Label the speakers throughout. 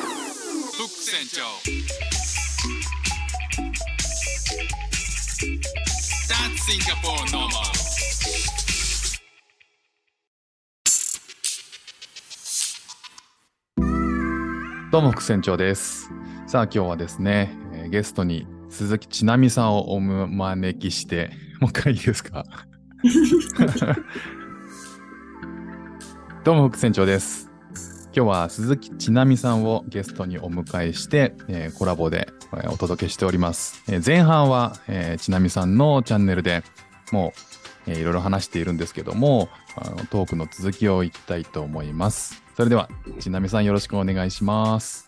Speaker 1: ック船長 That's Singapore normal
Speaker 2: どうも副船長です。さあ今日はですね、えーゲストに鈴木ちなみさんをお招きして、もう一回いいですかどうも副船長です。今日は鈴木ちなみさんをゲストにお迎えして、えーコラボでえーお届けしております。えー前半は、えーちなみさんのチャンネルでもう、えーいろいろ話しているんですけどもあのトークの続きをいきたいと思います。それではちなみさんよろしくお願いします。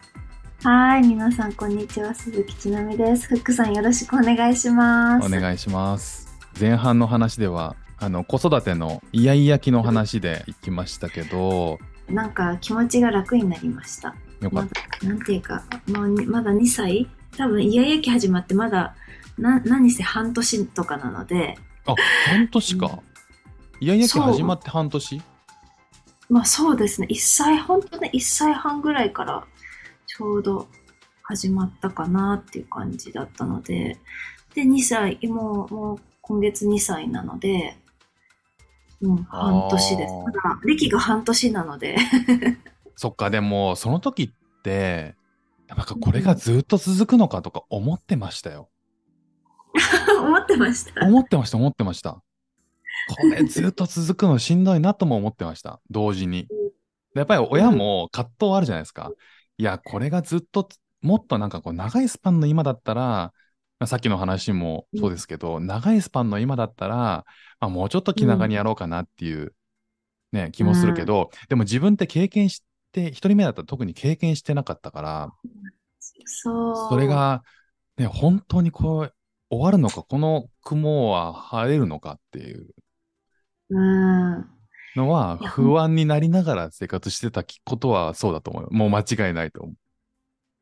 Speaker 3: はい、皆さんこんにちは、鈴木ちなみです。フックさんよろしくお願いします。
Speaker 2: お願いします。前半の話ではあの子育てのイヤイヤ期の話でいきましたけど、
Speaker 3: なんか気持ちが楽になりました。
Speaker 2: よか
Speaker 3: ま
Speaker 2: っ
Speaker 3: だなんていうか、もうにまだ2歳多分イヤイヤ期始まってまだな何せ半年とかなので、
Speaker 2: た。あ、半年か。イヤイヤ期始まって半年
Speaker 3: まあそうですね、1歳、本当ね1歳半ぐらいからちょうど始まったかなっていう感じだったので、で、2歳、もう、もう今月2歳なので、うん、半年です。
Speaker 2: あー
Speaker 3: まだ、歴が半年なので、
Speaker 2: そっか、でもその時って、なんかこれがずっと続くのかとか思ってましたよ。
Speaker 3: 思ってまし た。
Speaker 2: 思ってました、思ってました。これずっと続くのしんどいなとも思ってました、同時に。でやっぱり親も葛藤あるじゃないですか。いや、これがずっとつ、もっとなんかこう長いスパンの今だったら、まあさっきの話もそうですけど、長いスパンの今だったら、まあ、もうちょっと気長にやろうかなっていう、ね、気もするけど、でも自分って経験して、一人目だったら特に経験してなかったから、
Speaker 3: そう。
Speaker 2: それ、が、ね、本当にこう、終わるのか、この雲は晴れるのかっていう
Speaker 3: うん。
Speaker 2: のはい
Speaker 3: や
Speaker 2: 不安になりながら生活してたことはそうだと思う。もう間違いないと思う。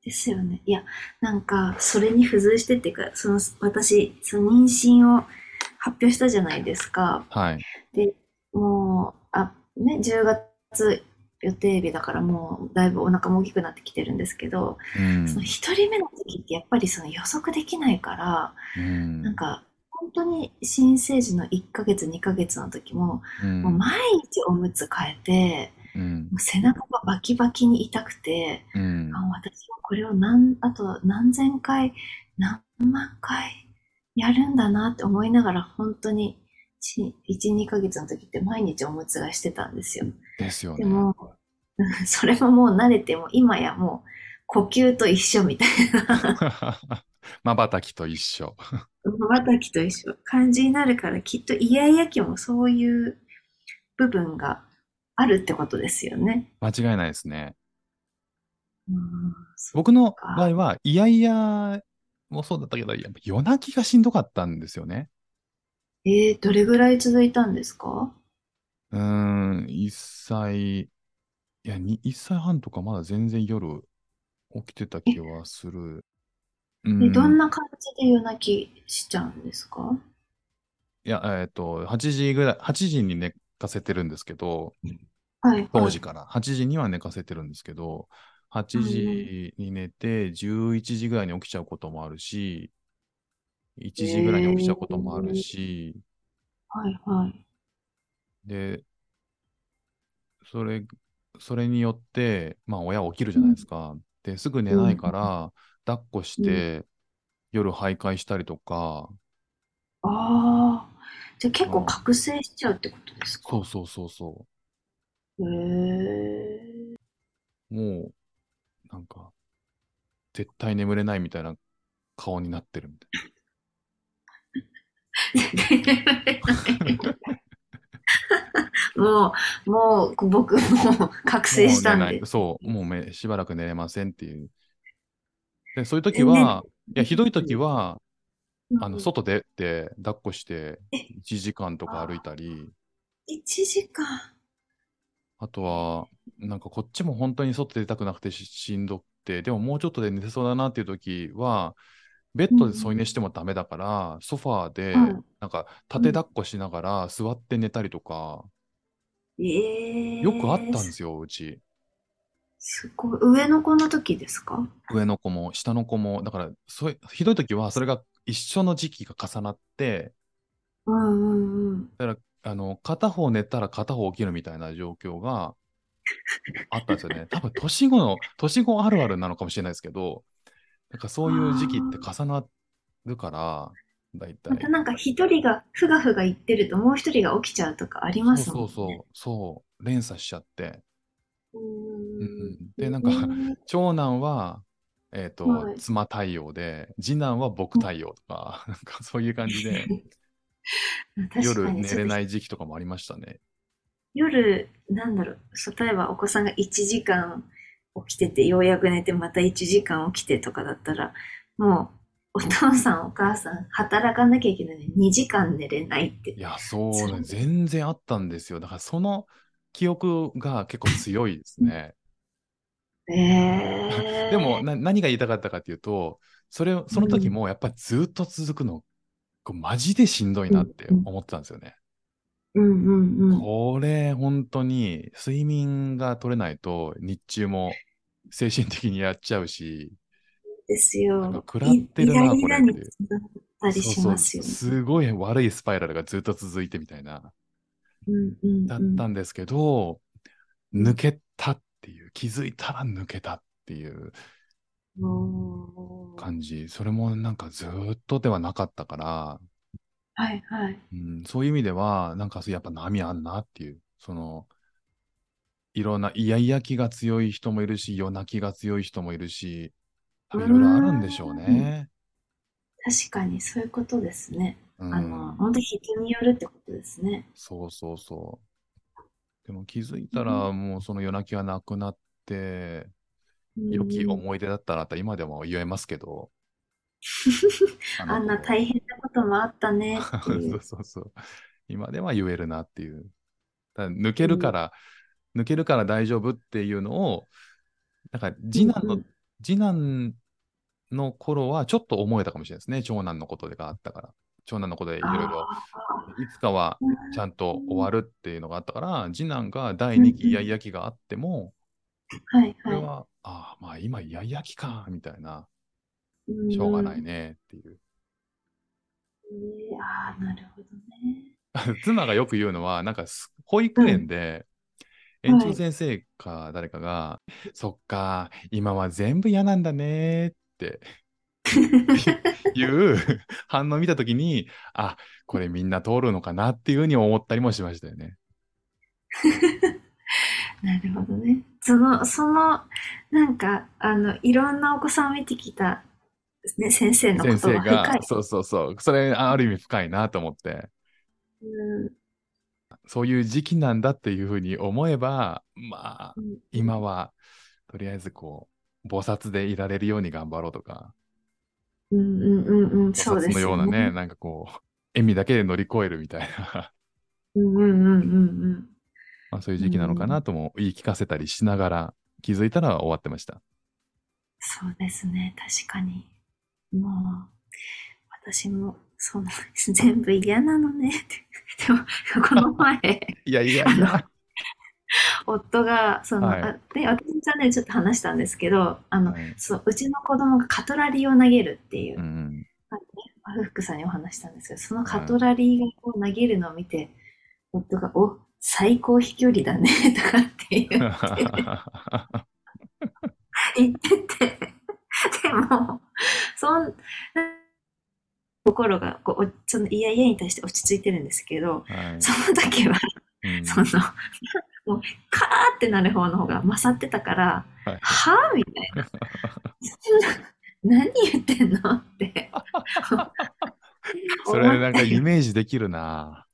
Speaker 3: ですよね。いや、なんか、それに付随してっていうか、その、私、その妊娠を発表したじゃないですか。
Speaker 2: はい。
Speaker 3: で、もう、あ、ね、10月予定日だからもう、だいぶお腹も大きくなってきてるんですけど、
Speaker 2: うん
Speaker 3: その一人目の時ってやっぱりその予測できないから、
Speaker 2: うん
Speaker 3: なんか、本当に新生児の1ヶ月、2ヶ月の時も、
Speaker 2: うん
Speaker 3: もう毎日おむつ変えて、
Speaker 2: うん
Speaker 3: もう背中がバキバキに痛くて、
Speaker 2: うん
Speaker 3: あ私はこれを何あと何千回何万回やるんだなって思いながら本当に12ヶ月の時って毎日おむつがしてたんですよ
Speaker 2: ですよね
Speaker 3: で。も うんそれももう慣れても今やもう呼吸と一緒みたいな
Speaker 2: まばたきと一緒。
Speaker 3: またきと一緒感じになるからきっとイヤイヤ期もそういう部分があるってことですよね
Speaker 2: 間違いないですね。
Speaker 3: うんそう
Speaker 2: 僕の場合は、いやいやもそうだったけど、やっぱ夜泣きがしんどかったんですよね。
Speaker 3: えー、どれぐらい続いたんですか
Speaker 2: うーん、1歳、いや、に1歳半とかまだ全然夜起きてた気はする。う
Speaker 3: で
Speaker 2: ん
Speaker 3: どんな感じで夜泣きしちゃうんですか
Speaker 2: いや、えっ、と、8時ぐらい、8時に寝かせてるんですけど、
Speaker 3: はい。
Speaker 2: 当時から、8時には寝かせてるんですけど、8時に寝て、11時ぐらいに起きちゃうこともあるし、1時ぐらいに起きちゃうこともあるし、
Speaker 3: はいはい。
Speaker 2: で、それ、それによって、まあ、親起きるじゃないですか。で、すぐ寝ないから、抱っこして、夜徘徊したりとか、
Speaker 3: ああ。じゃあ結
Speaker 2: う
Speaker 3: 構
Speaker 2: ん
Speaker 3: 覚醒しちゃうってことですか
Speaker 2: そうそうそうそう。
Speaker 3: へえ。
Speaker 2: もう、なんか、絶対眠れないみたいな顔になってるみたい
Speaker 3: もう、もう、僕、もう覚
Speaker 2: な。
Speaker 3: 醒したん
Speaker 2: もう寝
Speaker 3: で
Speaker 2: ない。。そう、もうめしばらく寝れませんっていう。で、そういう時
Speaker 3: え
Speaker 2: は、いや、ひどい時は、
Speaker 3: うん
Speaker 2: あの、外出て、抱っこして、1時間とか歩いたり、
Speaker 3: 1時間。
Speaker 2: あとは、なんかこっちも本当に外出たくなくてししんどくて、でももうちょっとで寝てそうだなっていう時は、ベッドで添い寝してもダメだから、ソファーで、
Speaker 3: うん
Speaker 2: なんか縦抱っこしながら座って寝たりとか、
Speaker 3: ええ。。
Speaker 2: よくあったんですすよ、うち。
Speaker 3: すごい。上の子の時ですか
Speaker 2: 上の子も下の子も、だからそういうひどい時はそれが一緒の時期が重なって、
Speaker 3: うんうんうん。
Speaker 2: だからあの片方寝たら片方起きるみたいな状況があったんですよ ね。多分年後の、年後あるあるなのかもしれないですけど、なんかそういう時期って重なるから、だいた
Speaker 3: ま
Speaker 2: い
Speaker 3: た。なんか一人がふがふが言ってるともう一人が起きちゃうとかあります
Speaker 2: そ
Speaker 3: もん
Speaker 2: う
Speaker 3: ね。
Speaker 2: そうそう、そう、連鎖しちゃって。
Speaker 3: う
Speaker 2: うん
Speaker 3: ん
Speaker 2: うん、で、なんか、長男は、えっ、と、
Speaker 3: はい。
Speaker 2: 妻対応で、次男は僕対応とか、 なんかそういう感じで、 夜寝れないい時期とかもありましたね。
Speaker 3: 夜、なんだろう、例えばお子さんが1時間起きてて、ようやく寝て、また1時間起きてとかだったら、もう、お父さん、お母さん、働かなきゃいけないのに2時間寝れないって
Speaker 2: い。や、そう
Speaker 3: そう
Speaker 2: ね、全然あったんですよ。だからその記憶が結構強いですね。
Speaker 3: えー
Speaker 2: でも、な何が言いたかったかっていうと、それを、その時もやっぱりずっと続くの、こうマジでしんどいなって思ってたんですよね。
Speaker 3: うんうんうん。
Speaker 2: これ、本当に、睡眠が取れないと、日中も精神的にやっちゃうし、
Speaker 3: です
Speaker 2: なん
Speaker 3: よ。
Speaker 2: か食らってるない
Speaker 3: イラ
Speaker 2: これ
Speaker 3: イラ
Speaker 2: っ
Speaker 3: に
Speaker 2: ていう
Speaker 3: つながったりしますよね。
Speaker 2: すごい悪いスパイラルがずっと続いてみたいな、
Speaker 3: うんうんうん
Speaker 2: だったんですけど、抜けたっていう、気づいたら抜けたっていう
Speaker 3: おー
Speaker 2: 感じ、それもなんかずっとではなかったから、
Speaker 3: はいはい。
Speaker 2: うん、そういう意味では、なんかそうやっぱ波あんなっていう、その、いろんな嫌々気が強い人もいるし、夜泣きが強い人もいるし、多分いろいろあるんでしょうね。
Speaker 3: 確かにそういうことですね。
Speaker 2: う
Speaker 3: あの、
Speaker 2: ん、
Speaker 3: 本当に人によるってことですね。
Speaker 2: そうそうそう。でも気づいたら、もうその夜泣きがなくなって、
Speaker 3: うん
Speaker 2: 良き思い出だったなと今でも言えますけど。あの
Speaker 3: あんな大変なこともあったねってい
Speaker 2: そうう。そうそう。今では言えるなっていう。ただ抜けるから、抜けるから大丈夫っていうのを、なんか次男の、
Speaker 3: うんうん
Speaker 2: 次男の頃はちょっと思えたかもしれないですね。長男のことがあったから。長男のことでいろいろ、
Speaker 3: あ
Speaker 2: いつかはちゃんと終わるっていうのがあったから、次男が第2
Speaker 3: うんう
Speaker 2: 期
Speaker 3: ん
Speaker 2: イヤイヤ期があっても、
Speaker 3: ーはい
Speaker 2: これ
Speaker 3: は
Speaker 2: は、ああ、まあ今イヤイヤ期か、みたいな、
Speaker 3: い。ん
Speaker 2: しょうがない。ねっていう。
Speaker 3: ねああ、なるほどね。
Speaker 2: 妻がよく言うのは、なんかす保育園で、
Speaker 3: うん
Speaker 2: 園長先生か誰かが、そっか、今は全部嫌なんだねって いう反応を見たときに、あ、これみんな通るのかなっていうふうに思ったりもしましたよ ね。
Speaker 3: なるほどね。その、その、なんか、あの、いろんなお子さんを見てきた、ね、先生の
Speaker 2: 先
Speaker 3: こと
Speaker 2: 生
Speaker 3: が深
Speaker 2: が
Speaker 3: い、。
Speaker 2: そうそうそう、それある意味深いなと思って、
Speaker 3: うん
Speaker 2: そういう時期なんだっていうふうに思えば、まあ、
Speaker 3: うん
Speaker 2: 今はとりあえずこう、菩薩でいられるように頑張ろうとか、
Speaker 3: うんうんうんうん、
Speaker 2: そ
Speaker 3: そうう
Speaker 2: で
Speaker 3: ですす
Speaker 2: のよう
Speaker 3: よ
Speaker 2: なね、
Speaker 3: ね。
Speaker 2: なんかこう、笑みだけで乗り越えるみたいな、
Speaker 3: うんうんうんうんうん。
Speaker 2: まあそういう時期なのかなとも言い聞かせたりしながら、気づいたら終わってました。
Speaker 3: そうですね、確かに。もう、私も、そうなんです。 全部嫌なのね って。でも、この 前、
Speaker 2: いやいやい や、
Speaker 3: 夫が、その、
Speaker 2: はい
Speaker 3: あで、私のチャンネルちょっと話したんですけど、あの、
Speaker 2: はい
Speaker 3: そう、うちの子供がカトラリーを投げるっていう
Speaker 2: う、ん、
Speaker 3: まあフックさんにお話したんですけど、そのカトラリーがこう投げるのを見て、夫が、お、最高飛距離だね、とかっていう。言ってて、でも、そん心がこう、おそのいやいやに対して落ち着いてるんですけど、
Speaker 2: はい
Speaker 3: その時は、
Speaker 2: うん
Speaker 3: その、もう、カーってなる方の方が勝ってたから、
Speaker 2: はい
Speaker 3: はぁみたいな。 そんな、何言ってんのって。
Speaker 2: それなんかイメージできるな、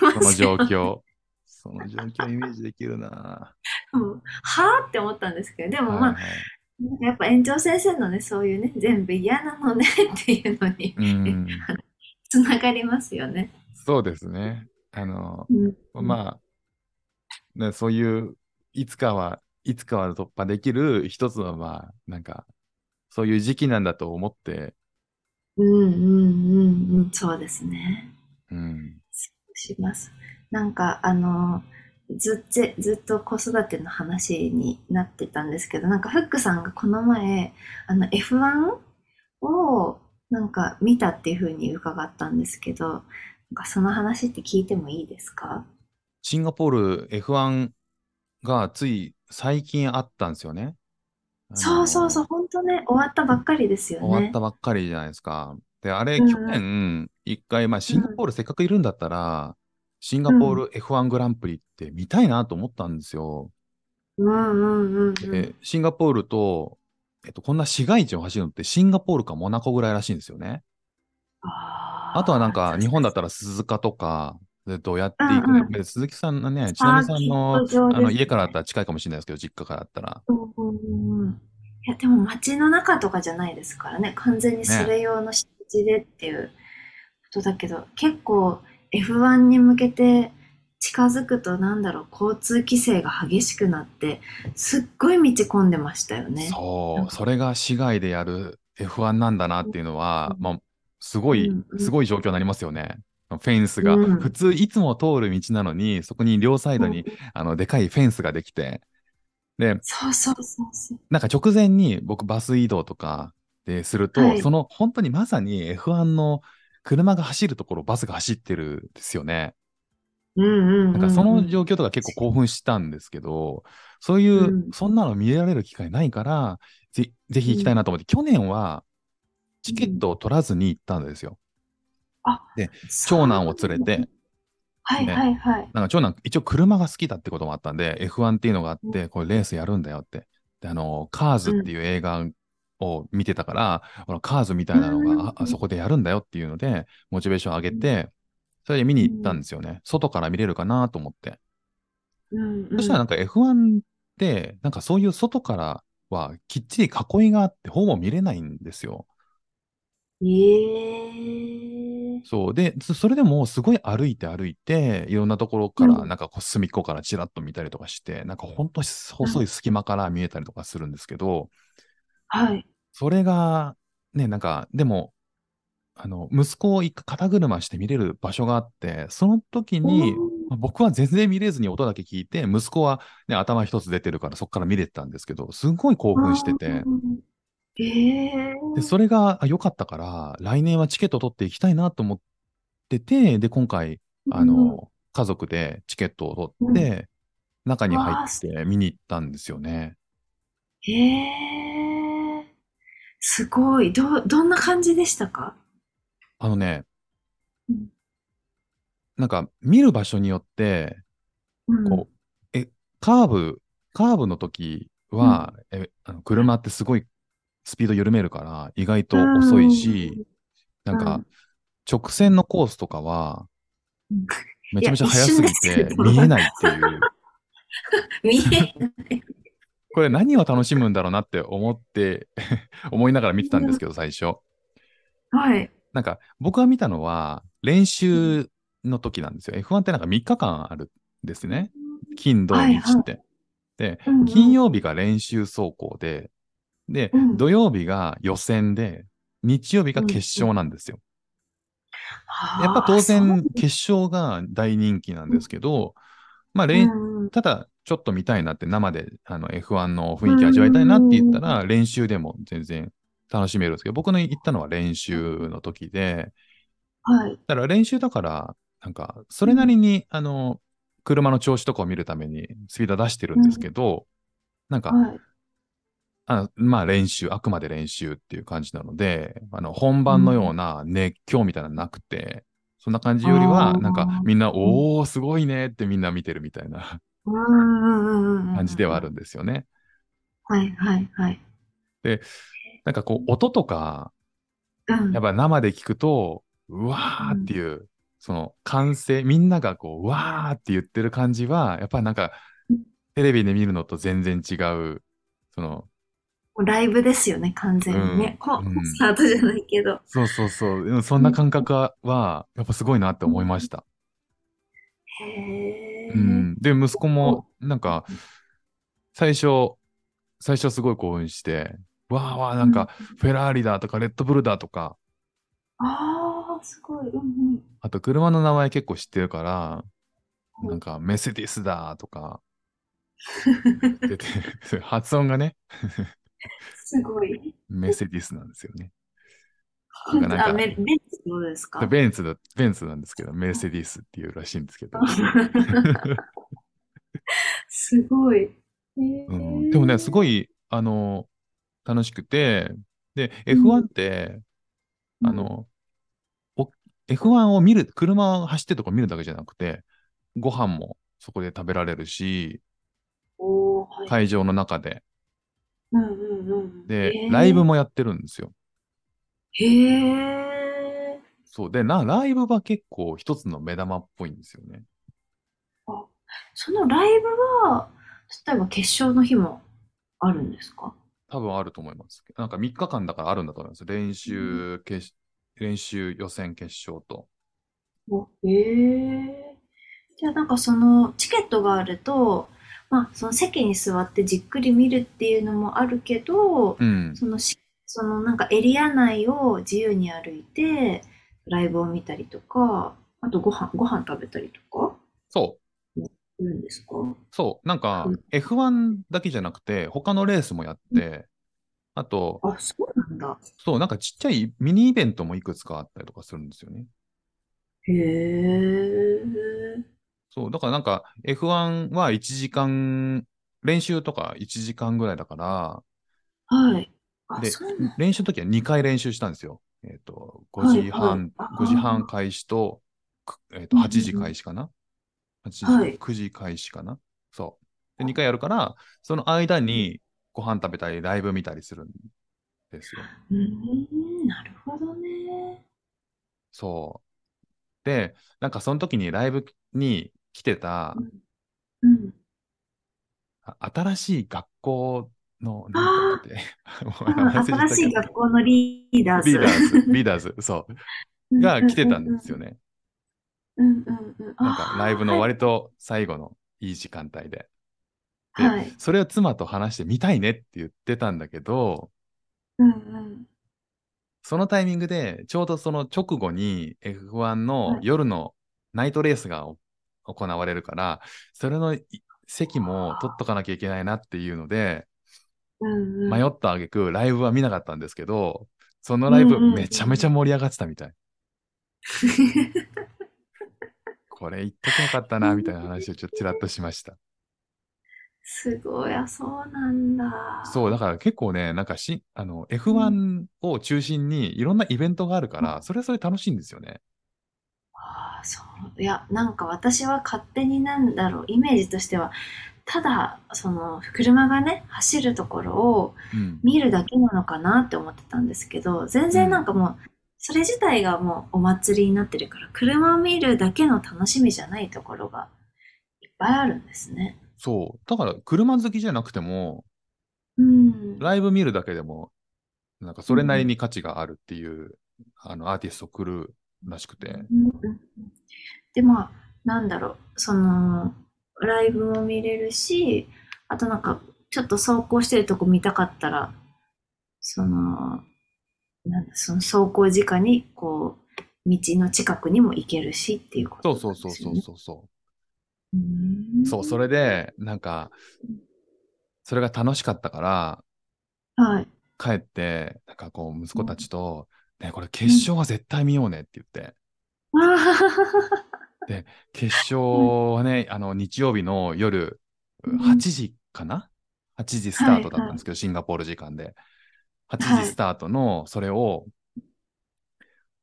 Speaker 3: 思って
Speaker 2: その状 況。その状況イメージできるな。
Speaker 3: うんはぁって思ったんですけど、でも まあ、
Speaker 2: はいはい
Speaker 3: なんかやっぱ園長先生のね、そういうね、全部嫌なのねっていうのに、
Speaker 2: うん、
Speaker 3: つながりますよね。
Speaker 2: そうですね。あの、
Speaker 3: うん
Speaker 2: まあ、ね、そういう、いつかは、いつかは突破できる一つの、まあ、なんか、そういう時期なんだと思って、
Speaker 3: うんうんうんうん、そうですね。
Speaker 2: うん。
Speaker 3: します。なんか、あの、ずぜずっと子育ての話になってたんですけど、なんかフックさんがこの前、あの F1 をなんか見たっていうふうに伺ったんですけど、なんかその話って聞いてもいいですか
Speaker 2: シンガポール F1 がつい最近あったんですよね。
Speaker 3: そうそうそう、本当ね、終わったばっかりですよ
Speaker 2: あの終わ
Speaker 3: ね。
Speaker 2: ったばっかりじゃないですか。で、あれ、
Speaker 3: うん
Speaker 2: 去年、一回、まあ、シンガポールせっかくいるんだったら、シンガポール F1 グランプリって見たいなと思ったんですよ。
Speaker 3: うんうんうんうん。
Speaker 2: でシンガポールと、えっと、こんな市街地を走るのってシンガポールかモナコぐらいらしいんですよね。
Speaker 3: あー
Speaker 2: あとはなんか、日本だったら鈴鹿とか、でどうやって行く
Speaker 3: うん
Speaker 2: の
Speaker 3: うん
Speaker 2: で鈴木さんのね、ちな
Speaker 3: あ
Speaker 2: みさん
Speaker 3: キ
Speaker 2: の
Speaker 3: ット場
Speaker 2: あの
Speaker 3: ですね
Speaker 2: 家からだったら近いかもしれないですけど、実家からだったら。
Speaker 3: うんうんうんいや、でも街の中とかじゃないですからね、完全にそれ用の敷地でっていうことだけど、結構 F1 に向けて近づくと、なんだろう、交通規制が激しくなって、すっごい道混んでましたよね。
Speaker 2: そ
Speaker 3: なん
Speaker 2: う、
Speaker 3: か
Speaker 2: それが市外でやる F1 なんだなっていうのは、
Speaker 3: うん
Speaker 2: まあ、すごい
Speaker 3: うん、うん
Speaker 2: すごい状況になりますよね。フェンスが、
Speaker 3: うん
Speaker 2: 普通いつも通る道なのに、そこに両サイドに、
Speaker 3: うん
Speaker 2: あの、でかいフェンスができて、で、
Speaker 3: そうそうそうそう。
Speaker 2: なんか直前に僕バス移動とかですると、
Speaker 3: はい
Speaker 2: その本当にまさに F1 の車が走るところ、バスが走ってるんですよね。
Speaker 3: うんうんうん
Speaker 2: な
Speaker 3: う
Speaker 2: ん
Speaker 3: ん
Speaker 2: かその状況とか結構興奮したんですけど、そういう、
Speaker 3: うん
Speaker 2: そんなの見られる機会ないから、ぜぜひ行きたいなと思って、去年はチケットを取らずに行ったんですよ。長男を連れて、
Speaker 3: はい
Speaker 2: ね
Speaker 3: はいはい。
Speaker 2: なんか長男、一応車が好きだってこともあったんで、F1 っていうのがあって、これレースやるんだよって。で、あの、カーズっていう映画を見てたから、このカーズみたいなの
Speaker 3: うん
Speaker 2: がああそこでやるんだよっていうので、モチベーション上げて、それで見に行ったんですよね。外から見れるかなと思って。
Speaker 3: うんうん
Speaker 2: そしたらなんか F1 って、なんかそういう外からはきっちり囲いがあって、ほぼ見れないんですよ。
Speaker 3: えー
Speaker 2: そう。で、そそれでもすごい歩いて歩いて、いろんなところから、
Speaker 3: うん
Speaker 2: なんかこう隅っこからちらっと見たりとかして、なんかほんと細い隙間から見えたりとかするんですけど、
Speaker 3: はい。
Speaker 2: それが、ね、なんか、でも、あの、息子を一回肩車して見れる場所があって、その時に、まあ僕は全然見れずに音だけ聞いて、息子は、ね、頭一つ出てるからそこから見れてたんですけど、すごい興奮してて、
Speaker 3: ええー
Speaker 2: でそれがあ良かったから、来年はチケット取っていきたいなと思ってて、で、今回、あ
Speaker 3: うん
Speaker 2: の、家族でチケットを取って、中に入
Speaker 3: わあ
Speaker 2: っ
Speaker 3: 素
Speaker 2: て見に行ったんですよね。
Speaker 3: へえ、すごい。ど、どんな感じでしたか
Speaker 2: あのね
Speaker 3: うん、
Speaker 2: なんか見る場所によって、
Speaker 3: うん。
Speaker 2: こう、え、カーブ、カーブの時は、えあの車ってすごいスピード緩めるから、意外と遅いし、なん
Speaker 3: う
Speaker 2: か
Speaker 3: ん、
Speaker 2: 直線のコースとかは、
Speaker 3: うん
Speaker 2: めちゃめちゃ速すぎ
Speaker 3: いや一瞬
Speaker 2: て
Speaker 3: ですけど
Speaker 2: 見えないっていう。
Speaker 3: 見え、
Speaker 2: これ何を楽しむんだろうなって思って、 思いながら見てたんですけど、最初。
Speaker 3: はい。
Speaker 2: なんか、僕が見たのは、練習の時なんですよ。F1 ってなんか3日間あるんですね。金、土、
Speaker 3: はい
Speaker 2: 日
Speaker 3: はい
Speaker 2: って。で、
Speaker 3: うんうん
Speaker 2: 金曜日が練習走行で、で
Speaker 3: うん、
Speaker 2: 土曜日が予選で、日曜日が決勝なんですよ。やっぱ当然、決勝が大人気なんですけど、まあ、
Speaker 3: あー、
Speaker 2: 練
Speaker 3: そううん
Speaker 2: ただ、ちょっと見たいなって、生であの F1 の雰囲気味わいたいなって言ったら、練習でも全然楽しめるんですけど、僕の行ったのは練習の時で、
Speaker 3: はい。
Speaker 2: だから練習だから、なんか、それなりに、あの、車の調子とかを見るためにスピード出してるんですけど、なんか、
Speaker 3: はい。
Speaker 2: あまあ練習、あくまで練習っていう感じなので、あの、本番のような熱狂みたいなのなくて、そんな感じより
Speaker 3: あ
Speaker 2: は、
Speaker 3: ー
Speaker 2: なんかみんな、おー、すごいねってみんな見てるみたいな
Speaker 3: うんうんうんうんうん。
Speaker 2: 感じではあるんですよね。
Speaker 3: はいはいはい。
Speaker 2: なんかこう、音とか、
Speaker 3: うん。
Speaker 2: やっぱ生で聞くと、うわーっていう、その歓声、みんながこう、うわーって言ってる感じは、やっぱなんか
Speaker 3: うん、
Speaker 2: テレビで見るのと全然違う、その、
Speaker 3: もうライブですよね、完全に
Speaker 2: うん
Speaker 3: ね。コ
Speaker 2: うん
Speaker 3: コンサートじゃないけど。
Speaker 2: そうそうそううん、そんな感覚は、はやっぱすごいなって思いました。
Speaker 3: へえ。
Speaker 2: うん。で、息子も、なんか、最初、最初すごい興奮して、わーわーなんか、フェラーリだとか、レッドブルだとか、
Speaker 3: ああ、すごい。うんうん。
Speaker 2: あと車の名前結構知ってるから、なんかメセディスだと か出て、 発音がね、
Speaker 3: すごい。
Speaker 2: メセディスなんですよ ね。
Speaker 3: 本
Speaker 2: なんか
Speaker 3: 当あ、メメンツどうですか
Speaker 2: ベンツだ、ベンツなんですけど、メセディスっていうらしいんですけど。
Speaker 3: すごい。え
Speaker 2: うんでもね、すご
Speaker 3: い。
Speaker 2: い、あの、楽しくて、で、
Speaker 3: うん
Speaker 2: F1 って、あの、お F1 を見る、車を走ってるとこ見るだけじゃなくて、ご飯もそこで食べられるし、
Speaker 3: おーはい。
Speaker 2: 会場の中で。
Speaker 3: うんうんうん。
Speaker 2: で
Speaker 3: え、ー
Speaker 2: ライブ。もやってるんですよ。
Speaker 3: へえ。
Speaker 2: そう。で、な、ライブは結構一つの目玉っぽいんですよね。
Speaker 3: そのライブは、例えば決勝の日もあるんですか
Speaker 2: 多分あると思います。なんか3日間だからあるんだと思います。練習、決し練習、予選、決勝と。
Speaker 3: おへえ。じゃあなんかそのチケットがあると、まあその席に座ってじっくり見るっていうのもあるけど、
Speaker 2: うん。
Speaker 3: そのし、そのなんかエリア内を自由に歩いて、ライブを見たりとか、あとご飯、ご飯食べたりとか
Speaker 2: そう。
Speaker 3: するんですか
Speaker 2: そう、なんか
Speaker 3: うん
Speaker 2: F1 だけじゃなくて、他のレースもやって、あと、
Speaker 3: あ、そうなんだ。
Speaker 2: そう、なんかちっちゃいミニイベントもいくつかあったりとかするんですよね。
Speaker 3: へえ。
Speaker 2: そう、だからなんか F1 は1時間、練習とか1時間ぐらいだから、
Speaker 3: はい。あ、
Speaker 2: で
Speaker 3: そうなんだ。
Speaker 2: 練習の時は2回練習したんですよ。えっと、
Speaker 3: は
Speaker 2: 5
Speaker 3: い
Speaker 2: 時半、
Speaker 3: はいあ
Speaker 2: 5時半開始と、くえっと、
Speaker 3: うんうんう
Speaker 2: 8
Speaker 3: ん
Speaker 2: 時開始かな ?8 時、
Speaker 3: はい
Speaker 2: 9時開始かなそう。で、2回やるから、その間にご飯食べたり、ライブ見たりするんですよ。
Speaker 3: うーん、なるほどね。
Speaker 2: そう。で、なんかその時にライブに来てた、
Speaker 3: うん。
Speaker 2: あ新しい学校の、なんだ って、もう名前忘れちゃったけ
Speaker 3: 新
Speaker 2: ど
Speaker 3: しい学校のリーダーズ。
Speaker 2: リーダーズ、リーダーズ、そう、が来てたんですよ
Speaker 3: ね。
Speaker 2: ね。
Speaker 3: うんうんうん。
Speaker 2: なんかライブの
Speaker 3: わ
Speaker 2: 割と最後のいい時間帯で。
Speaker 3: りはい。
Speaker 2: それを妻と話して見たいねって言ってたんだけど、
Speaker 3: うんうん。
Speaker 2: そのタイミングで、ちょうどその直後に F1 の
Speaker 3: はい
Speaker 2: 夜のナイトレースがお行われるから、それのい席も取っとかなきゃいけないなっていうので、
Speaker 3: うんうん、
Speaker 2: 迷った挙句ライブは見なかったんですけど、そのライブ
Speaker 3: うんうんうん
Speaker 2: めちゃめちゃ盛り上がってたみたい。これ言っときゃよかったな、みたいな話をちょっとちらっとしました。
Speaker 3: すごい、あ、そうなんだ。
Speaker 2: そう、だから結構ね、なんかし、あの、F1 を中心にいろんなイベントがあるから、それはそれ楽しいんですよね。
Speaker 3: あーそういやなんか私は勝手になんだろうイメージとしてはただその車がね走るところを
Speaker 2: うん。
Speaker 3: 見るだけなのかなって思ってたんですけど全然なんかもう、それ自体がもうお祭りになってるから車を見るだけの楽しみじゃないところがいっぱいあるんですね。
Speaker 2: そう。だから車好きじゃなくても、
Speaker 3: うん、
Speaker 2: ライブ見るだけでも、なんかそれなりに価値があるっていう、あの、アーティスト来るらしくて。
Speaker 3: うんうんうんでまあなんだろうそのライブも見れるしあとなんかちょっと走行してるとこ見たかったらそのなんだその走行直にこう道の近くにも行けるしっていうこ
Speaker 2: そ
Speaker 3: と
Speaker 2: うそうそうそうそうそう。そう、そ
Speaker 3: れ
Speaker 2: れで、なんか、それが楽しかったから、
Speaker 3: はい
Speaker 2: 帰って、なんかこう、息子たちと、ね、これ決勝は絶対見ようねって言って、
Speaker 3: あー
Speaker 2: 決勝はね、あの、日曜日の夜、
Speaker 3: うん
Speaker 2: 8時かな ?8 時スタートだったんですけど、シンガポール時間で。8
Speaker 3: は
Speaker 2: 時
Speaker 3: い
Speaker 2: スタートの、それを、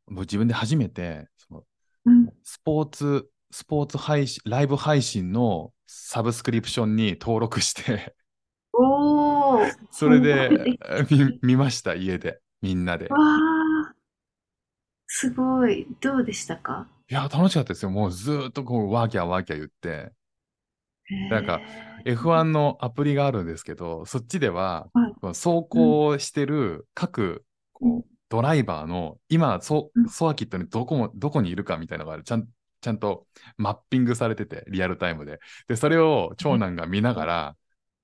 Speaker 2: もう自分で初めて、その
Speaker 3: うん
Speaker 2: スポーツ、スポーツ配信、ライブ配信のサブスクリプションに登録して、
Speaker 3: おー
Speaker 2: それで
Speaker 3: そうなん
Speaker 2: 見見ました、家で、みんなで。
Speaker 3: わーすごいどうでしたか
Speaker 2: いや、楽しかったですよ。もうずーっとこう、ワーキャーワーキャー言って。なんか
Speaker 3: へー
Speaker 2: F1 のアプリがあるんですけど、そっちでは、
Speaker 3: はい
Speaker 2: こう走行してる各
Speaker 3: うん
Speaker 2: こうドライバーの、今、ソ
Speaker 3: うん
Speaker 2: ソアキットにどこも、どこにいるかみたいなのがある。ちゃんちゃんとマッピングされてて、リアルタイムで。で、それを長男が見ながら、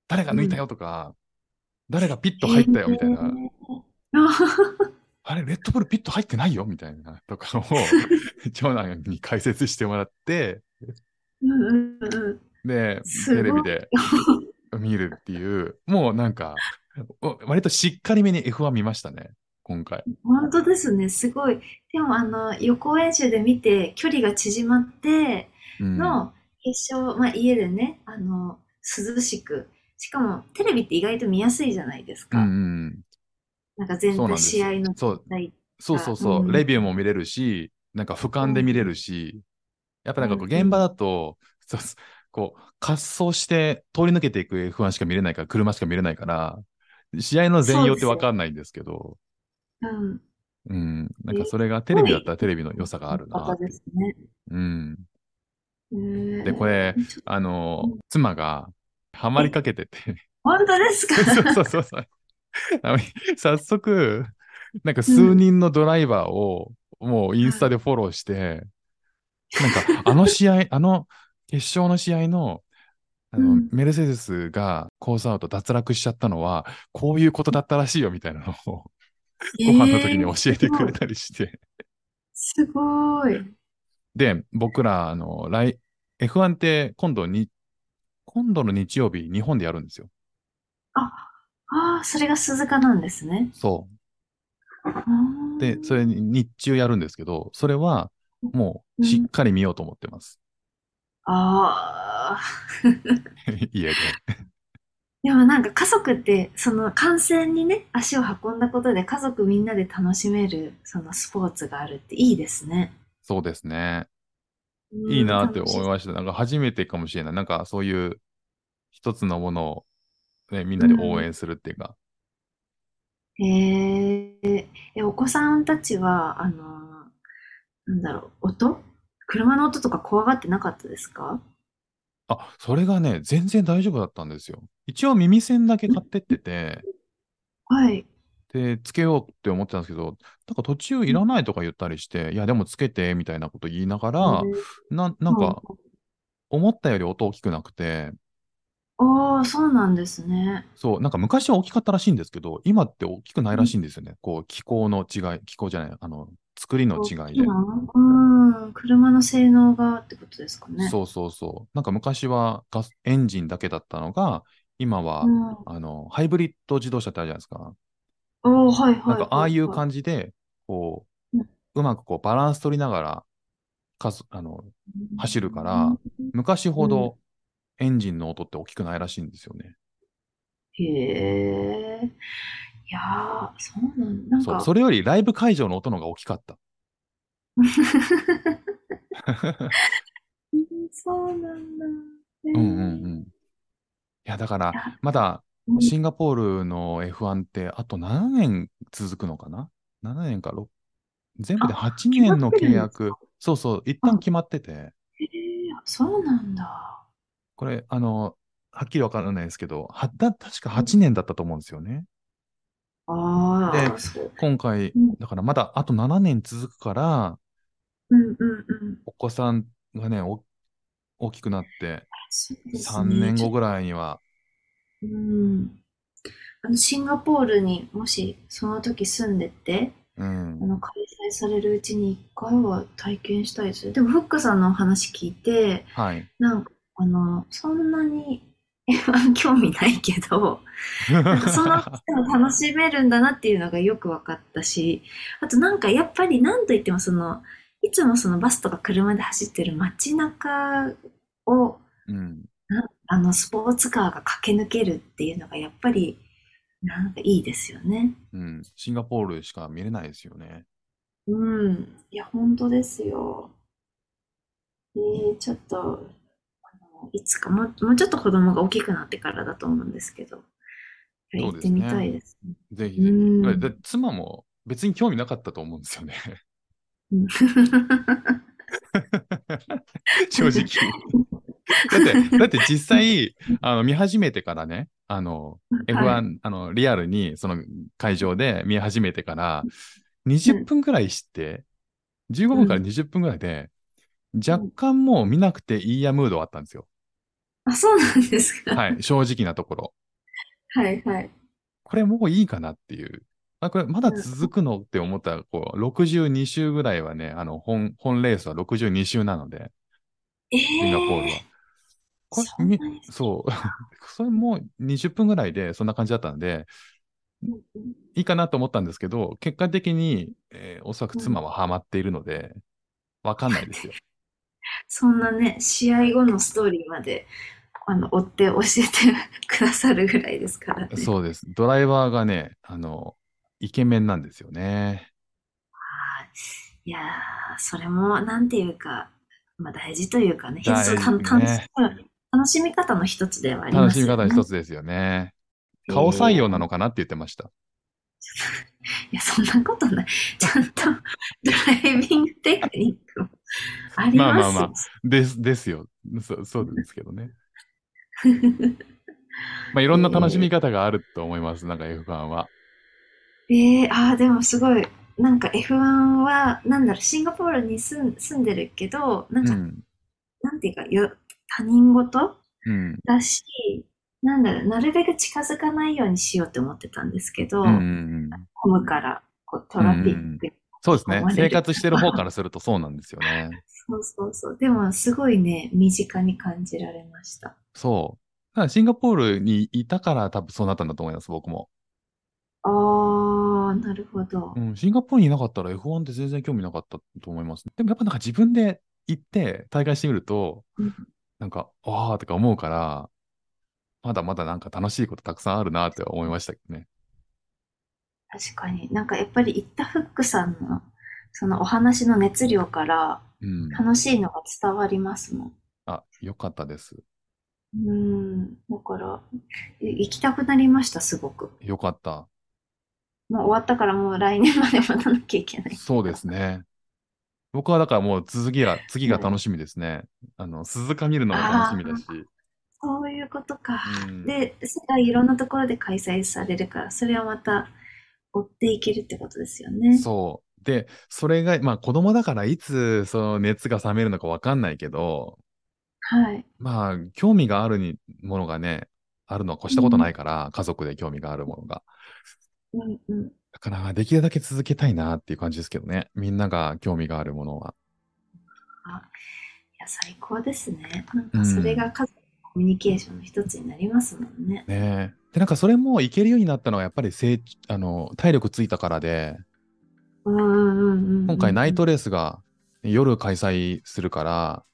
Speaker 2: 誰が抜いたよとか、誰がピット入ったよみたい
Speaker 3: へ
Speaker 2: な
Speaker 3: ー。あ
Speaker 2: あれ、レッドブルピット入ってないよみ たいなとかを、長男に解説してもらって、
Speaker 3: うんうんうん
Speaker 2: で、
Speaker 3: すご
Speaker 2: テ
Speaker 3: い
Speaker 2: レビで見るっていう、もうなんか、お割としっかりめに F1 見ましたね、今回。
Speaker 3: 本当ですね、すごい。でも、あの、予行演習で見て、距離が縮まって、
Speaker 2: うん、
Speaker 3: の決勝、まあ、家でね、あの、涼しく。しかも、テレビって意外と見やすいじゃないです
Speaker 2: うん
Speaker 3: か。
Speaker 2: うん
Speaker 3: なんか全
Speaker 2: そうなん
Speaker 3: 体、
Speaker 2: です
Speaker 3: 試合の
Speaker 2: そう
Speaker 3: 大
Speaker 2: そうそうそう、
Speaker 3: うん
Speaker 2: レビューも見れるし、なんか俯瞰で見れるし、やっぱなんかこう
Speaker 3: うんうん
Speaker 2: 現場だと、そうそうこう、滑走して通り抜けていく F1 しか見れないから、車しか見れないから、試合の全容ってわかんないんですけど、
Speaker 3: うん、
Speaker 2: うん、なんかそれがテレビだったらテレビの良さがある
Speaker 3: 方
Speaker 2: な。
Speaker 3: ですね。
Speaker 2: うん。
Speaker 3: うん
Speaker 2: で、これ、あの、妻がハマりかけてて、
Speaker 3: 本当ですか
Speaker 2: そうそうそうそう。あの早速、なんか数人のドライバーをもうインスタでフォローして、なんかあの試 合、あの決勝の試合の、あの、
Speaker 3: うん
Speaker 2: メルセデスがコースアウト脱落しちゃったのは、こういうことだったらしいよみたいなのを、ご飯の時に
Speaker 3: えー
Speaker 2: 教えてくれたりして。
Speaker 3: すごい。
Speaker 2: で、僕ら、あの、来、F1 って今度に、今度の日曜日、日本でやるんですよ。
Speaker 3: ああ、それが鈴鹿なんですね。
Speaker 2: そう。
Speaker 3: あー
Speaker 2: で、それに日中やるんですけど、それはもうしっかり見ようと思ってます。
Speaker 3: ああ。
Speaker 2: 家で。
Speaker 3: でもなんか家族って、その観戦にね、足を運んだことで家族みんなで楽しめる、そのスポーツがあるっていいですね。
Speaker 2: そうですね。
Speaker 3: うん
Speaker 2: いいなって思い
Speaker 3: 楽し
Speaker 2: ました。なんか初めてかもしれない。なんかそういう一つのものを、ね、みんなで応援するっていうか。
Speaker 3: いえーえ、お子さんたちは、あのーなんだろう、音車の音とか怖がってなかったですか
Speaker 2: あ、それがね、全然大丈夫だったんですよ。一応耳栓だけ買ってってて、
Speaker 3: はい。
Speaker 2: で、つけようって思ってたんですけど、なんか途中いらないとか言ったりして、いや、でもつけて、みたいなこと言いながら、ななんか、思ったより音大きくなくて、
Speaker 3: ああ、そうなんですね。
Speaker 2: そう、なんか昔は大きかったらしいんですけど、今って大きくないらしいんですよね。こう、気候の違い、気候じゃない、あの、作りの違いで。
Speaker 3: 今うん、車の性能がってことですかね。
Speaker 2: そうそうそう。なんか昔はガス、エンジンだけだったのが、今は、
Speaker 3: うん。
Speaker 2: あの、ハイブリッド自動車ってあるじゃないですか。
Speaker 3: おーはいは
Speaker 2: ないんか、ああいう
Speaker 3: じ。
Speaker 2: 感じで、こ
Speaker 3: う、
Speaker 2: うんうまくこう、バランス取りながら、かす、あの、走るから昔ほどエンジンの音って大きくないらしいんですよね。
Speaker 3: へえ。いやー、そうなんなん
Speaker 2: そう、
Speaker 3: か、
Speaker 2: それよりライブ会場の音の方が大きかった。
Speaker 3: そうなんだ。
Speaker 2: うんうんうん。いや、だから、まだ
Speaker 3: うん
Speaker 2: シンガポールの F1 ってあと7年続くのかな ?7 年か6、全部で8年の契
Speaker 3: 決まってる
Speaker 2: 約。そうそう、一旦決まってて、
Speaker 3: へえそうなんだ。
Speaker 2: これ、あの、はっきりわからないですけど、はだ確か8年だったと思うんですよね。
Speaker 3: ああ、
Speaker 2: で
Speaker 3: そう。
Speaker 2: 今回
Speaker 3: うん、
Speaker 2: だからまだあと7年続くから、
Speaker 3: うんうんうん。
Speaker 2: お子さんがね、お大きくなって、
Speaker 3: そうです
Speaker 2: 3
Speaker 3: ね
Speaker 2: 年後ぐらいには、
Speaker 3: うん。あの、シンガポールにもしその時住んでて、
Speaker 2: うん
Speaker 3: あ。の、開催されるうちに一回は体験したいですね。でも、フックさんのお話聞いて、
Speaker 2: はい。
Speaker 3: なんか、あの、そんなに F1 興味ないけど、なんかその人も楽しめるんだなっていうのがよく分かったし、あとなんかやっぱり何といってもその、いつもそのバスとか車で走ってる街中を、
Speaker 2: うん。
Speaker 3: あの、スポーツカーが駆け抜けるっていうのがやっぱり、なんかいいですよね。
Speaker 2: うん。シンガポールしか見れないですよね。
Speaker 3: うん。いや、本当ですよ。えーちょっと、あのいつか、もう、もうちょっと子供が大きくなってからだと思うんですけど、いや
Speaker 2: そう
Speaker 3: 行
Speaker 2: ですね
Speaker 3: ってみたいですね。
Speaker 2: ぜひぜひ
Speaker 3: うん
Speaker 2: で妻も別に興味なかったと思うんですよね。
Speaker 3: うん
Speaker 2: 正直。だって、だって実際、あの、見始めてからね、あの、F1、
Speaker 3: はい
Speaker 2: あの、リアルに、その会場で見始めてから、20分くらいして、15分から20分くらいで、若干もう見なくていいやムードはあったんですよ。
Speaker 3: あ、そうなんですか。
Speaker 2: はい、正直なところ。
Speaker 3: はい、はい。
Speaker 2: これもういいかなっていう。あこれまだ続くのって思ったら、こう、62週ぐらいはね、あの、本、本レースは62週なので、
Speaker 3: え
Speaker 2: シンガポールは。
Speaker 3: え
Speaker 2: こ
Speaker 3: そ
Speaker 2: れ
Speaker 3: ん
Speaker 2: み
Speaker 3: なに
Speaker 2: そう。 それも20分ぐらいでそんな感じだったんで、
Speaker 3: うんうん
Speaker 2: いいかなと思ったんですけど、結果的に、えーおそらく妻はハマっているので、わかんないですよ。
Speaker 3: そんなね、試合後のストーリーまで、あの、追って教えてくださるぐらいですから ね。
Speaker 2: そうです。ドライバーがね、あの、イケメンなんですよね。
Speaker 3: いやー、それも、なんていうか、まあ大事というかね、一
Speaker 2: 大
Speaker 3: つ
Speaker 2: 事
Speaker 3: た楽し
Speaker 2: ね
Speaker 3: 楽しみ方の一つではありま
Speaker 2: 楽し
Speaker 3: す
Speaker 2: み
Speaker 3: よ
Speaker 2: 方
Speaker 3: ね。
Speaker 2: 一つですよね。顔採用なのかなって言ってました。
Speaker 3: いや、そんなことない。ちゃんとドライビングテクニックもあり
Speaker 2: まあ
Speaker 3: ま
Speaker 2: まあ
Speaker 3: す
Speaker 2: ま あ。
Speaker 3: よ
Speaker 2: です、ですよ。そそうですけどね。まあ、いろんな楽しみ方があると思います。なんか F1 は。
Speaker 3: ええああ、でもすごい、なんか F1 は、なんだろう、シンガポールに住ん、住んでるけど、なん
Speaker 2: う
Speaker 3: か、
Speaker 2: ん。
Speaker 3: なんていうか、よ、他人事
Speaker 2: うん。
Speaker 3: だし、なんだろう、なるべく近づかないようにしようって思ってたんですけど、
Speaker 2: うんうんうん
Speaker 3: 混むから、こう、トラフィックに
Speaker 2: そうですね
Speaker 3: 思わ。れる
Speaker 2: 生活してる方からするとそうなんですよね。
Speaker 3: そうそうそう。でも、すごいね、身近に感じられました。
Speaker 2: そう。だからシンガポールにいたから多分そうなったんだと思います、僕も。
Speaker 3: ああ、なるほど
Speaker 2: う。ん、シンガポールにいなかったら F1 って全然興味なかったと思います。でもやっぱなんか自分で行って大会してみると
Speaker 3: うん、
Speaker 2: なんか、ああとか思うから、まだまだなんか楽しいことたくさんあるなって思いましたけどね。
Speaker 3: 確かに。なんか、やっぱり、行ったフックさんの、そのお話の熱量から、
Speaker 2: うん。
Speaker 3: 楽しいのが伝わりますもん。
Speaker 2: あ、よかったです。
Speaker 3: うん、だから、い行きたくなりました、すごく。
Speaker 2: よかった。
Speaker 3: もう終わったからもう来年まで待たなきゃいけない。
Speaker 2: そうですね。僕はだからもう続きが、次が楽しみですね。あの、鈴鹿見るのも楽しみだし。
Speaker 3: そういうことか。
Speaker 2: うん
Speaker 3: で、世界いろんなところで開催されるから、それはまた追っていけるってことですよね。
Speaker 2: そう。で、それが、まあ子供だからいつその熱が冷めるのかわかんないけど、
Speaker 3: はい。
Speaker 2: まあ興味があるにものがね、あるのは越したことないから、家族で興味があるものが。
Speaker 3: うんうん。
Speaker 2: だからできるだけ続けたいなっていう感じですけどね。みんなが興味があるものは。
Speaker 3: あ、いや、最高ですね。なんかそれが家族のコミュニケーションの一つになりますもんね。
Speaker 2: ねえ。で、なんかそれもいけるようになったのはやっぱり成あの体力ついたからで、
Speaker 3: うんうんうんうん。
Speaker 2: 今回ナイトレースが夜開催するから、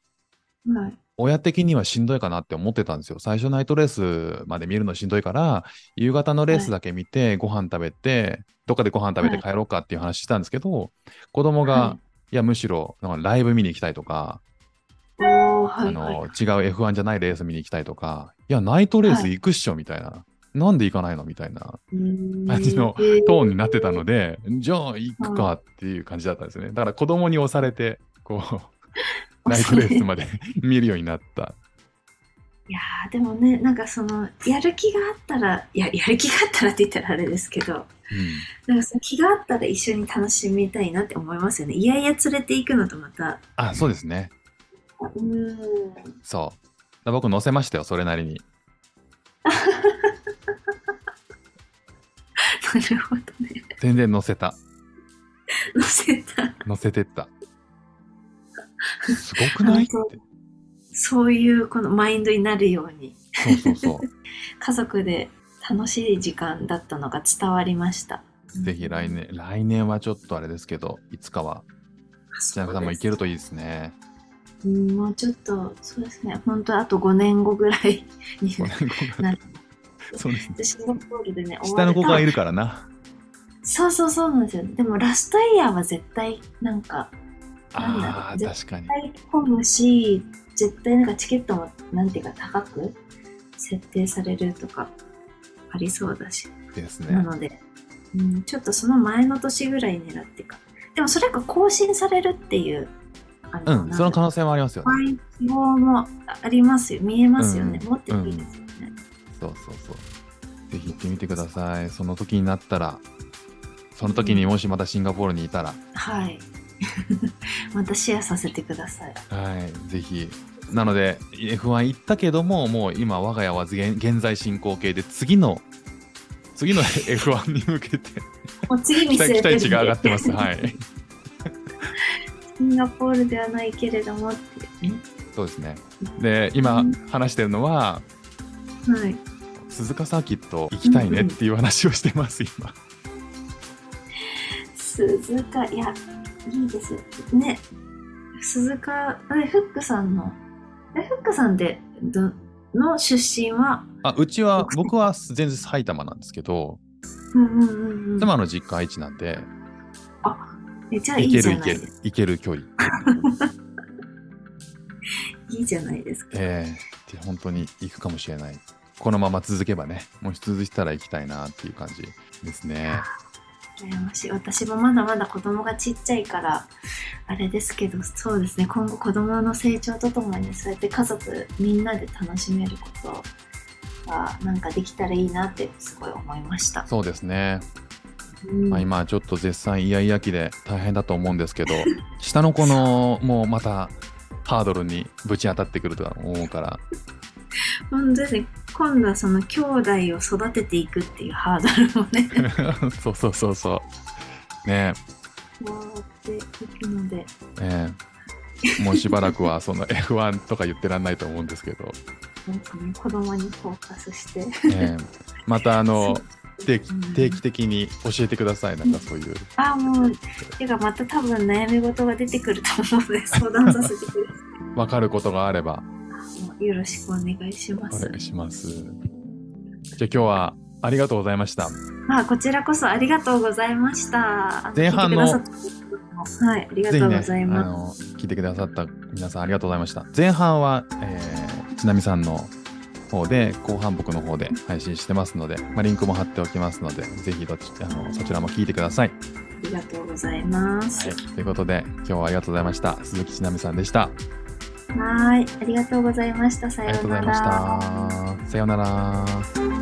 Speaker 3: はい。
Speaker 2: 親的にはしんどいかなって思ってたんですよ。最初ナイトレースまで見るのしんどいから、夕方のレースだけ見て、ご飯食べて、どっかでご飯食べて帰ろうかっていう話してたんですけど、子供が、、
Speaker 3: はい
Speaker 2: や、むしろなんかライブ見に行きたいとか、
Speaker 3: おー、は
Speaker 2: あ
Speaker 3: いはい。
Speaker 2: の違う F1 じゃないレース見に行きたいとか、いや、ナイトレース行くっしょみたいな、なんで行かないのみたいな感じの
Speaker 3: えー
Speaker 2: トーンになってたので、じゃあ行くかっていう感じだったんですよね。だから子供に押されて、こう、ナイトレースまで 見るようになった。
Speaker 3: いやーでもねなんかそのやる気があったらいややる気があったらって言ったらあれですけど
Speaker 2: うん
Speaker 3: なんかその気があったら一緒に楽しみたいなって思いますよねいやいや連れて行くのとまた
Speaker 2: あ、そうですね。
Speaker 3: う ーん
Speaker 2: そう。だから僕載せましたよ、それなりに。
Speaker 3: なるほどね
Speaker 2: 全然載せた。
Speaker 3: 乗せた
Speaker 2: 載せてった。すごくないって。
Speaker 3: 本そういうこのマインドになるように
Speaker 2: そうそうそう。
Speaker 3: 家族で楽しい時間だったのが伝わりました
Speaker 2: ぜひ来年、来年はちょっとあれですけど、いつかは、千中さんも行けるといいですね。
Speaker 3: うんもうちょっとそうですね本当あと5年後ぐらいに
Speaker 2: 5年後
Speaker 3: な
Speaker 2: が
Speaker 3: る。
Speaker 2: そうですね。
Speaker 3: シンガポールでね終わ
Speaker 2: 下の
Speaker 3: れ
Speaker 2: 子
Speaker 3: あ
Speaker 2: がいるからな。
Speaker 3: そうそうそうなんですよ。でもラストイヤーは絶対なんか、なんだろう
Speaker 2: ああ、確かに。
Speaker 3: 絶対混むし、絶対なんかチケットもなんていうか高く設定されるとかありそうだし、
Speaker 2: です
Speaker 3: な
Speaker 2: ね。
Speaker 3: ので、うん、ちょっとその前の年ぐらい狙ってか。でもそれが更新されるっていう、あ
Speaker 2: う
Speaker 3: の
Speaker 2: ん、その可能性もありますよね。
Speaker 3: 性。希望もありますよ、見えますよね、
Speaker 2: うん
Speaker 3: 持ってるいですよね。
Speaker 2: そうそうそう。ぜひ行ってみてください。その時になったら、その時にもしまたシンガポールにいたら、
Speaker 3: はい。 またシェアさせてください。
Speaker 2: はい、ぜひ。なので F1 行ったけどももう今我が家は現現在進行形で次の次 の F1 に向けて
Speaker 3: もう次に
Speaker 2: 期
Speaker 3: 据え
Speaker 2: 待期
Speaker 3: てる
Speaker 2: 待値が上がってます。
Speaker 3: い
Speaker 2: はい、
Speaker 3: シンガポールではないけれどもっていうね。
Speaker 2: そうですね。で、今
Speaker 3: うん
Speaker 2: 話してるのは、
Speaker 3: はい。
Speaker 2: 鈴鹿サーキット行きたいねっていう話をしてます、今。
Speaker 3: 鈴鹿、いや、いいです。ね。鈴鹿、あれ、フックさんの、え、フックさんで、ど、の出身は、
Speaker 2: あ、うちは、僕は全然埼玉なんですけど、
Speaker 3: うんうんうんうん。
Speaker 2: 妻の実家愛知なんで、
Speaker 3: え、じゃあい
Speaker 2: 行
Speaker 3: い
Speaker 2: け
Speaker 3: じ
Speaker 2: る
Speaker 3: ゃ
Speaker 2: 行
Speaker 3: ない
Speaker 2: け
Speaker 3: い
Speaker 2: る、行ける距離。
Speaker 3: いじゃないですか。
Speaker 2: ええって本当に行くかもしれない。このまま続けばね、もし続いたら行きたいなっていう感じですね。
Speaker 3: 羨ましい。私もまだまだ子供がちっちゃいから、あれですけど、そうですね。今後子供の成長とともに、そうやって家族みんなで楽しめることが、なんかできたらいいなってすごい思いました。
Speaker 2: そうですね。
Speaker 3: うん
Speaker 2: まあ、今ちょっと絶賛イヤイヤ期で大変だと思うんですけど、下の子のもうまたハードルにぶち当たってくるとは思う から、
Speaker 3: 本当ですね。今度はその兄弟を育てていくっていうハードルをね、
Speaker 2: そうそうそうそう。ね
Speaker 3: こうやっていくので、
Speaker 2: え、ええもうしばらくはその F1 とか言ってらんないと思うんですけど、
Speaker 3: なんかね、子供にフォーカスして。
Speaker 2: ええまたあ の定期
Speaker 3: うん
Speaker 2: 定期的に教えてください、なんかそういう。
Speaker 3: ああ、もう、てかまた多分悩み事が出てくると思うので、相談させてくれ。
Speaker 2: 分かることがあれば
Speaker 3: よろしくお願いしま
Speaker 2: お
Speaker 3: す
Speaker 2: 願い。します。じゃあ今日はありがとうございました。
Speaker 3: まあ、こちらこそありがとうございました。あ
Speaker 2: 前半の
Speaker 3: 聞いてくださった方もはい、ありが
Speaker 2: ぜ
Speaker 3: と
Speaker 2: ひね、
Speaker 3: うござい
Speaker 2: あ
Speaker 3: ます。
Speaker 2: の聞いてくださった皆さんありがとうございました。前半は、えー、ちなみさんの方で後半僕の方で配信してますので、まあ、リンクも貼っておきますのでぜひどっちあのそちらも聞いてください、は
Speaker 3: ありがとうございます。
Speaker 2: い。ということで今日はありがとうございました。鈴木ちなみさんでした。
Speaker 3: はい、ありがとうございました。さ
Speaker 2: あ
Speaker 3: よ
Speaker 2: りがとう
Speaker 3: う
Speaker 2: ござ
Speaker 3: ないら。
Speaker 2: ました。さようなら。